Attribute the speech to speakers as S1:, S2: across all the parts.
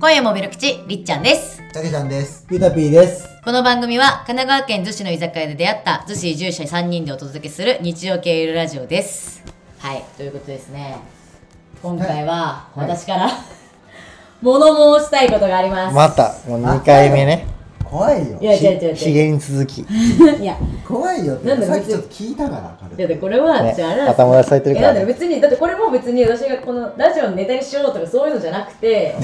S1: 今夜もベロ吉りっちゃんです
S2: たけちゃんです。
S3: ゆたぴーです。
S1: この番組は神奈川県逗子の居酒屋で出会った逗子移住者3人でお届けする日常系ゆるラジオですはいということですね今回は私から、物申したいことがあります、
S4: また、もう2回目ね。
S3: 怖いよ
S1: い。や違う違う
S4: ひ
S1: 違う
S4: げに続き。
S1: いや
S3: 怖いよって
S1: なんだ
S3: さっき
S1: 別
S3: ちょ
S1: に
S3: っと聞いたから、軽く
S1: だってこれは、
S4: ね
S1: じゃああれなんです
S4: 頭出されてる
S1: え
S4: から
S1: なんだ
S4: ね。
S1: 別にだってこれも別に私がこのラジオのネタにしようとかそういうのじゃなく て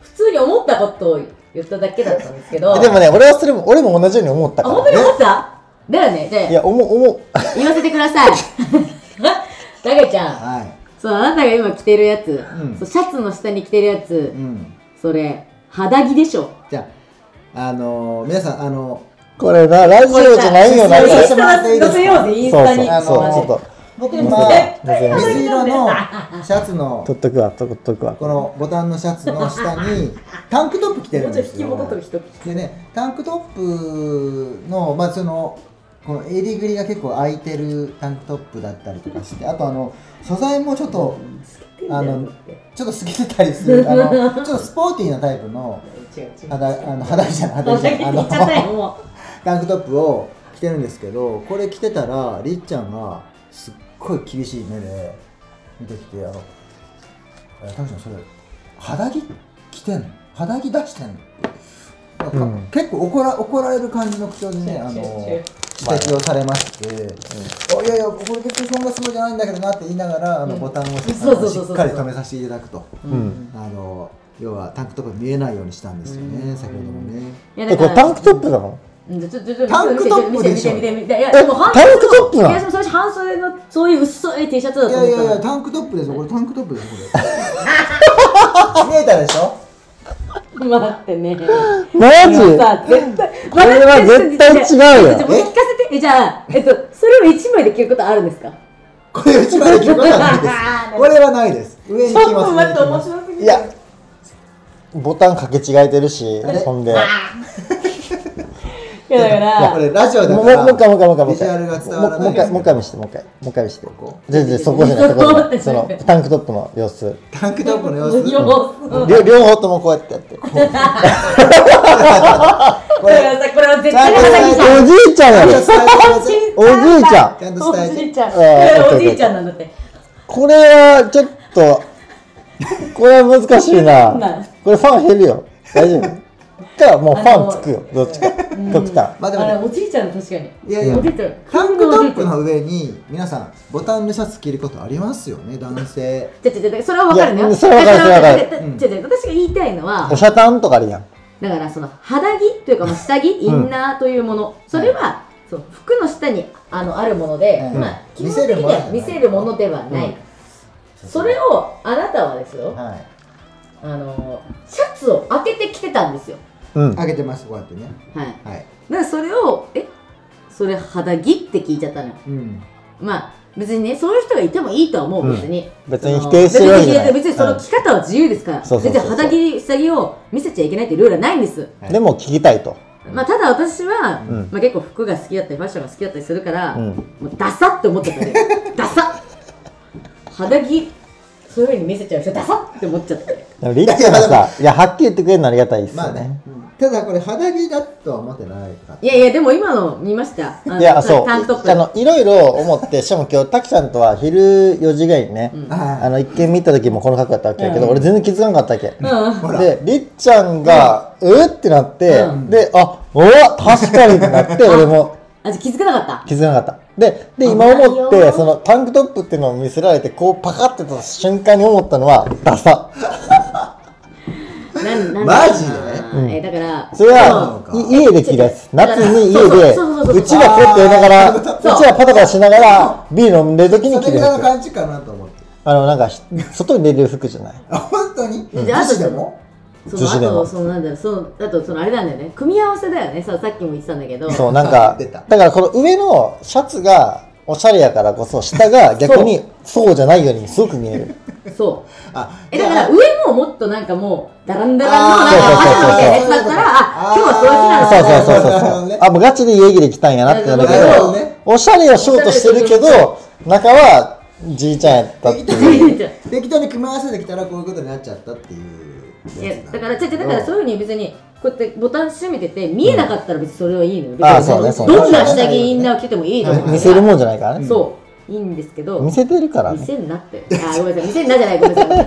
S1: 普通に思ったことを言っただけだったんですけど
S4: でもね、俺はそれも、俺も同じように思った
S1: あ
S4: か
S1: 本
S4: ら
S1: 当に
S4: ね。
S1: 思っただよねじゃあ
S4: いや、思う、思う。
S1: 言わせてください タケちゃん
S3: は
S1: そうあなたが今着てるやつ、
S3: うん
S1: そうシャツの下に着てるやつ
S3: い。うん。
S1: それ肌着でしょ
S3: じゃあ、あのー、皆さん、あの
S4: これな、ラジオじゃないよな、
S1: イ
S4: こ
S1: ン
S4: れ。
S1: ス
S4: そう
S3: う
S1: タ載せようぜインスタ
S4: そう、
S1: に
S4: そう、ち
S3: あの
S4: ょっと。
S3: ー、僕
S4: 載
S3: 今、
S4: せて載せます
S3: 水色のシャツの、
S4: 取っとくわ、取っとくわ。
S3: このボタンのシャツの下に、タンクトップ着て るんですよ。
S1: 人
S3: でね、タンクトップの、まあ、その、この襟ぐりが結構空いてるタンクトップだったりとかして、あとあの、素材もちょっと、あの、ちょっと透けてたりする、あの、ちょっとスポーティーなタイプの、
S1: 違う違う
S3: 肌、あの、肌着じゃない、肌
S1: 肌
S3: 着
S1: 着
S3: じゃ
S1: って
S3: ない、あ
S1: 言っちゃった
S3: の
S1: よ、 も
S3: タンクトップを着てるんですけどこれ着てたらりっちゃんがすっごい厳しい目で見てきて「あのえタムちゃんそれ肌着着てんの肌着出してんの?」なんか
S4: うん
S3: 結構怒ら怒られる感じの口調でねあの
S1: チューチュー
S3: 指摘をされまして「おいやいやこれ別にそんなつもりじゃないんだけどな」って言いながらあのボタンをあ
S1: そうそう
S3: のし
S1: そうそう
S3: っかり止めさせていただくと
S1: う、
S4: うん
S3: あの要はタンクトップ見えないようにしたんですよね先ほどもね。
S1: いや
S4: え、
S1: だ
S4: こ
S1: か
S4: れ
S1: ら
S4: タンクトップなの
S1: うんちょちょちょ
S3: タンクトップでしょ
S1: 見て見て見て見ていや
S4: え
S1: でも半
S4: タンクトップなの
S1: 東も最初半袖のそういう薄い T シャツだ
S3: い
S1: と
S3: や
S1: 思
S3: い
S1: った
S3: やいや、タンクトップですよ、これタンクトップですよ、これ。見えたでしょ
S1: 待ってね
S4: マジ
S1: もうさ絶対
S4: これは絶対違うよ
S1: ちょちょもう一回聞かせてえじゃあえっとそれを一枚で着ることあるんですか
S3: これ一番できることはないです
S1: あ。ー
S3: これはないです。上に来ます、上に来ます。
S1: 白すぎ
S4: いや、ボタンかけ違えてるし
S3: あれ、
S4: ほんで。
S1: いやだか
S3: こ
S1: ら
S3: れラジオだ
S4: も
S3: か
S4: う
S3: ら、
S4: もうもう一回、もう一回、もう
S3: ビ
S4: 一
S3: ジュア
S4: 回。
S3: ル
S4: も
S3: が伝わらないですけど
S4: うもう一回、もう一回見して、もう一回、もう一回見して。
S3: こ
S4: 全然そこじゃない、そこじゃない。その、タンクトップの様子。
S3: うタンクトップの様子。
S1: よ
S4: 両両方ともこうやってやって。
S3: これ、
S1: さこれは絶
S3: 対肌着じ
S4: おじいちゃんや
S3: ちゃんと伝
S4: ろ
S3: えてください
S4: おじいちゃん
S3: ちゃんと伝え
S1: お
S3: て
S1: じいちゃん
S4: あー
S1: おじいちゃんなんだって
S4: これはちょっとこれは難しい
S1: な
S4: なこれファン減るよ大丈夫かもうファンつくよどっちか極端
S3: まあでも
S1: あれ
S3: ね、
S1: おじいちゃん確かに
S3: いやいや
S1: おじいちゃん
S3: タンクトップの上に、皆さん、ボタンのシャツ着ることありますよね、男性。
S1: じゃじゃじゃそれは分かるの
S4: い
S1: よ。
S4: やそれは分かるそれは分
S1: かる。じゃじゃ私が言いたいのは
S4: お、しゃたんとかあるやん
S1: だからその肌着というかまあ下着、インナーというもの、それはそう服の下にあのあるもので、
S3: うん
S1: まあ基本的には見
S3: 見
S1: せ
S3: せ
S1: る
S3: る
S1: も
S3: も
S1: の
S3: の
S1: ではな
S3: う
S1: い
S3: ん。
S1: それをあなたはですよ、
S3: はい。
S1: あのシャツを開けてきてたんですよ。
S4: うん
S3: 上げてます、こうやってね。
S1: はい。だか
S3: はい。
S1: らそれをえそれ肌着って聞いちゃったのよ。
S3: うん。
S1: まあ別にねそういう人がいてもいいとは思う別に。
S4: 別に否定してるわけじゃない
S1: 別にその着方は自由ですから、
S4: そうそうそうそう
S1: 別に肌着下着を見せちゃいけないっていうルールはないんです、
S4: うんでも聞きたいと
S1: まあ、ただ私は、
S4: ん
S1: まあ、結構服が好きだったりファッションが好きだったりするから、
S4: うん
S1: もうダサって思っちゃったねダサ肌着そういうふうに見せちゃう人ダサって思っちゃったね
S4: でもリッチがさいやはっきり言ってくれるのありがたいっすよ
S3: まあ
S4: ね
S3: ね、ただこれ、肌着だとは思ってないかった
S1: いやいやでも今の見ましたあの
S4: いやそう
S1: タンクトップ
S4: あのいろいろ思ってしかも今日滝さんとは昼4時ぐらいにね
S1: ん
S3: はい
S4: あの一見見た時もこの格好だったわけやけど俺全然気づかなかったわけ
S1: うん
S3: ほら
S4: で、りっちゃんが、うーってなって、
S1: うん
S4: で、あ、おわ確かにってなって、俺も
S1: あじゃあ気づかなかっ
S4: 気づかなかった。で、で、今思って、そのタンクトップっていうのを見せられて、こうパカってた瞬間に思ったのは、ダサ。
S1: たなんなん
S3: マジで
S1: うんえだから
S4: それ
S3: そ
S4: は
S3: う、か
S4: い家で着るやつ。夏に
S1: そ
S4: 家
S1: うそうそうそ
S4: で、
S1: うそうそう
S4: うちらこうやってやりながら、うちらパタパタしながら、ビール飲んでる時に
S3: そ
S4: 着
S3: れぐ
S4: る
S3: らいの
S4: やつ。
S3: 感じかなと思って。
S4: あの、なんか、ひ外に出る服じゃない。
S3: あ本当に
S1: うん
S3: 女子でも
S1: その
S4: 女子で
S1: あ
S4: も
S1: とそのなんだろうそのあとそのあれなんだよね組み合わせだよねささっきも言ってたんだけど
S4: そう、なん
S3: あ
S4: か、
S3: 出た
S4: だからこの上のシャツが、おしゃれやからこそ、下が逆にそうじゃないようにすごく見える。
S1: そう
S3: あ
S1: えだから
S3: い
S1: 上ももっとなんかもうダランダランの
S3: あ
S1: なんか
S4: ー
S1: ファッションみたいなやつ
S3: そう
S1: だ
S3: そうそ
S1: っ
S3: うそう
S1: たらあ今日はそういう日なだ
S3: なるほ
S4: そうそうんそうそうそ
S3: ど
S4: う、
S3: ね
S4: あもうガチで家着で来たんやなってなるけ
S1: なるほ
S3: ど
S4: ど
S3: ね
S4: おしゃれはショートしてるけど中はじいちゃんやったって
S3: 適
S4: いう
S3: 当に適当に組み合わせてきたらこういうことになっちゃったっていう
S1: いやだから違う違うだからそういうふうに別にこうやってボタン閉めてて見えなかったら別にそれはいいのよ、別に
S4: ああそうねそうね
S1: どんな下着インナーを着ててもいいの
S4: 見せるもんじゃないからね。
S1: そういいんですけど
S4: 見せてるから
S1: 見
S4: ね。
S1: せんなってあーごめんなさい見せんなじゃないごめんなさい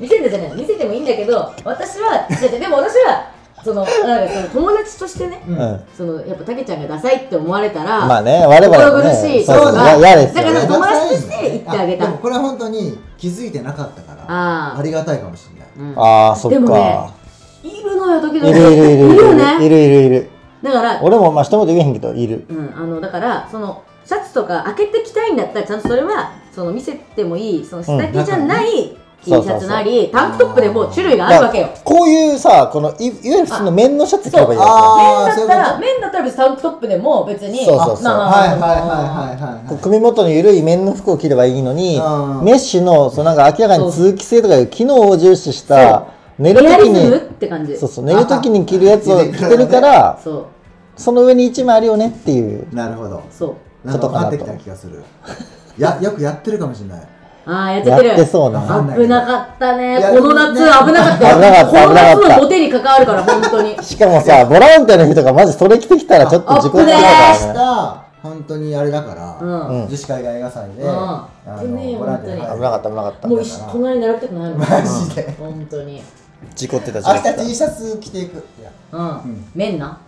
S1: 見せんなじゃない見せてもいいんだけど私は違う違うでも私はそのなんかその友達としてね
S4: うん。
S1: そのやっぱたけちゃんがダサいって思われたら、
S4: まあね、我々も
S1: 心苦し
S4: ね、
S1: いと
S4: そうそ
S1: か
S4: う、ややですよ
S1: だか
S4: ね。
S1: 友達として言ってあげた
S3: でもこれは本当に気づいてなかったから
S1: あ
S3: あ
S1: ー
S3: りがたいかもしれない
S1: うん
S4: ああ、そ
S1: で
S4: っ
S1: も
S4: か。
S1: いるのよ時
S4: い
S1: 々
S4: るいるいる
S1: い
S4: いる
S1: るよ
S4: い
S1: ね
S4: るいるいる。
S1: だから
S4: 俺もまあ一言言えへんけど、いる。
S1: うん、あのだからそのシャツとか開けてきたいんだったらちゃんとそれはその見せてもいいその下着じゃない、T シャツなりタンクトップでもう種類があるわけよ。
S4: こういうさ、このいいわゆる普通の綿のシャツ着ればいいわ
S1: 麺だ
S3: あー
S1: った
S3: そ
S1: ら
S3: ういうこ
S1: 麺だったら別にタンクトップでも別に
S4: そうそうそう
S1: まあ
S3: と
S1: まあ
S3: はい
S1: ま
S3: は
S1: あ
S3: い
S1: まあ
S3: はい
S4: け
S3: はい
S4: こ
S3: は
S4: う首元の緩い綿の服を着ればいいのに、
S3: うん
S4: メッシュの、そのなんか明らかに通気性とかいう機能を重視し
S1: そう
S4: た、寝る
S1: リ
S4: と
S1: ア
S4: き
S1: リズムっ
S4: に、
S1: て感じ
S4: そ
S1: そう
S4: そう、寝るときに着るやつを着てるか
S1: う
S4: ら、
S1: そう
S4: その上に一枚あるよねっていう。
S3: いなるほど
S4: ちょ
S3: な
S4: っ
S3: ん
S4: と
S3: か
S4: かな
S3: 分
S4: と
S3: かってきた気がするやよくやってるかもしれない
S1: ああやって
S4: や
S1: てる
S4: ってそうな。
S3: う
S1: 危なかったね
S3: いや
S1: この夏危なかったよ
S4: 危なかった
S1: この夏
S4: 危なかった
S1: のモテに関わるから本当に
S4: しかもさ、ボランティアの人がマジそれ着てきたらちょっと自己嫌だ
S3: 明
S4: からね。
S3: 日本当にあれだから、
S1: うん
S4: うん
S3: 女子海外映画祭で、
S1: うん
S3: あ
S1: 危ねえよ
S3: のボランティアに
S1: 本当
S3: 入る
S4: 危なかった危なかった。
S1: もう一緒隣に並びたくないもん
S3: マジで
S1: 本当に
S4: 事故ってた事故
S3: 明
S4: ってた
S3: 日 T シャツ着ていくいや
S1: うん麺な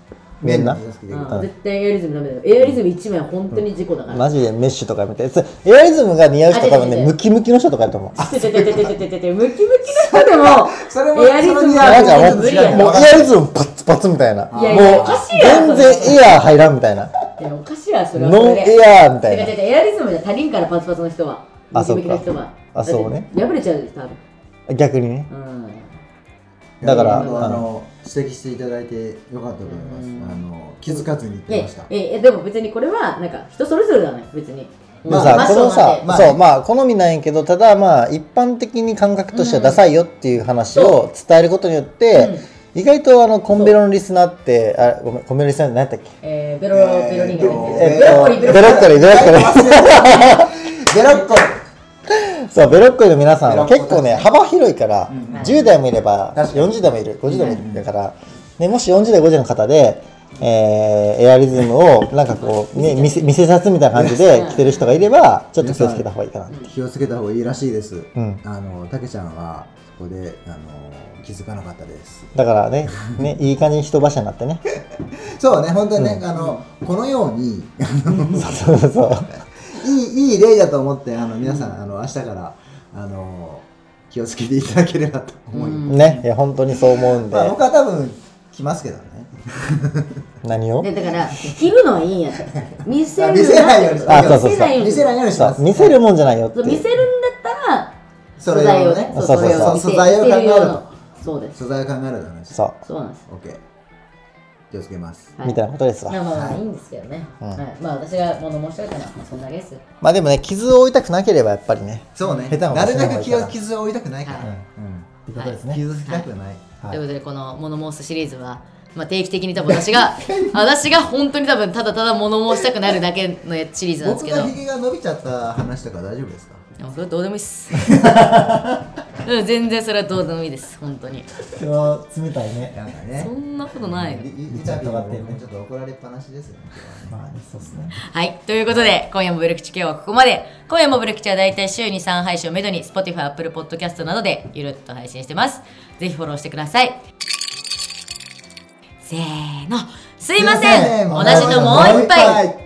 S4: みん
S3: 綿の
S4: な
S3: T シャツ着ていく
S1: うん絶対エアリズムダメだよエアリズム1枚本当に事故だから
S4: マジでメッシュとか見て。それエアリズムが似合う人多分
S1: あ違う違
S4: ね、
S1: う
S4: ムキムキの人とかやと思う。
S1: てててててててててムキムキの人でも
S3: それも
S1: エアリズム
S3: それに
S4: な
S3: 合
S4: ん
S3: う
S4: かも
S1: 無
S4: う、
S1: 理やね
S4: もうエアリズムパッツパツみたいな。もう
S1: いやいやおかしいやろ
S4: 全然エアー入らんみたいな。
S1: いやおかしいわそれはそ
S4: ノ
S1: れ
S4: ン
S1: で
S4: エアーみたい
S1: てかて
S4: な。
S1: かエアリズムじゃ足りんからパツパツの人はム
S4: あ
S1: キ
S4: そっ
S1: ム
S4: か
S1: キの人は
S4: あそうね
S1: だって破れちゃうで多分
S4: 逆にね。
S1: うん
S4: だから
S3: あのあの指摘していただいてよかったと思います、
S1: うん
S3: あの気づかずに
S1: い
S3: 言っ
S1: や
S3: て
S1: い
S3: ました、
S1: やいやでも別にこれはなんか人それぞれだね別に
S4: で
S1: まあ
S4: もさ、
S1: まあ
S4: この
S1: そう
S4: さ
S1: ね、
S3: まあ
S4: そう、まあ、好みなんやけど、ただまあ、一般的に感覚としてはダサいよっていう話を伝えることによって、意外とあの、コンベロのリスナーって、あ、ごめん、コンベロのリスナーって何やったっけ
S1: えーベロベロリンガ
S3: えー
S1: ベ
S4: えっ
S1: ロッコ
S4: と
S1: リーベ
S4: ベ
S1: ロッ
S4: ロッコリー、ベロッコリー。
S3: ベロッコ
S4: そう、ベロッコイの皆さんは
S3: ベロッ
S4: 結
S3: コ
S4: 構ね、幅広いから、
S3: うん
S4: 10代もいれば、
S3: 確かに
S4: 40代もいる、50代もいるだから、ね、もし40代、50代の方で、えーエアリズムを、なんかこう、ね、見せ、見せ札みたいな感じで着てる人がいれば、ちょっと気をつけた方がいいかな。
S3: 気をつけた方がいいらしいです、
S4: うん
S3: あのたけちゃんはそこであの気づかなかったです
S4: だからね、ね、いい感じに人柱になってね。
S3: そうね本当にね、あのこのようにあの
S4: そうそうそう。
S3: いいいい例だと思ってあの皆さんあの明日からあの気をつけていただければと思います、
S4: ね、いや、本当にそう思うんで
S3: まあ、、僕は多分来ますけどね
S4: 何を
S1: でだから着るのはいいんやって見せる
S3: 見せないように
S4: あそうそうそう
S1: 見せないように
S3: 見せないようにし
S4: そ
S3: ま
S4: う
S3: す
S4: 見せるもんじゃないよって
S1: そう見せるんだったら
S3: それをね
S1: 素材をね
S3: そうそうそう素材を考えると
S1: とそうです
S3: 素材を考えると話
S4: そう
S1: そうなんです
S3: オッケー気をつけます
S1: は
S4: みたいなことです
S1: まあ
S4: わ
S1: まあまあいいんですけどね、
S4: うん
S1: はい、まあ私が物申したかったのはまあそんだけですよ
S4: まあでもね傷を負いたくなければやっぱりね
S3: そうね
S4: 下手なこと
S3: なるべ
S4: しない方がい
S3: く
S4: い
S3: 気を
S4: から
S3: 傷を負いたくないから、
S1: はい
S4: ということですね
S3: 傷つきたくない、
S1: ということでこの「物申す」シリーズは、まあ、定期的に多分私 が私が本当に多分ただただ物申したくなるだけのやシリーズなんです
S3: 僕
S1: けど
S3: がひげが伸びちゃった話とか大丈夫ですか
S1: でもそれどうでもいいっす うん全然それはどうでもいいです本当に
S4: それは冷たいね
S3: なんか
S1: そ
S3: ね
S1: んなことないよ
S3: いいたびもうちょっと怒られっぱなしですよね
S4: まあねそうっすね
S1: はい。ということで、今夜もブルクチ今日はここまで。今夜もブルクチはだいたい週に3配信をめどに、Spotify、Apple Podcast などでゆるっと配信してます。ぜひフォローしてください。せーの。すいません同じのもう一杯
S3: 杯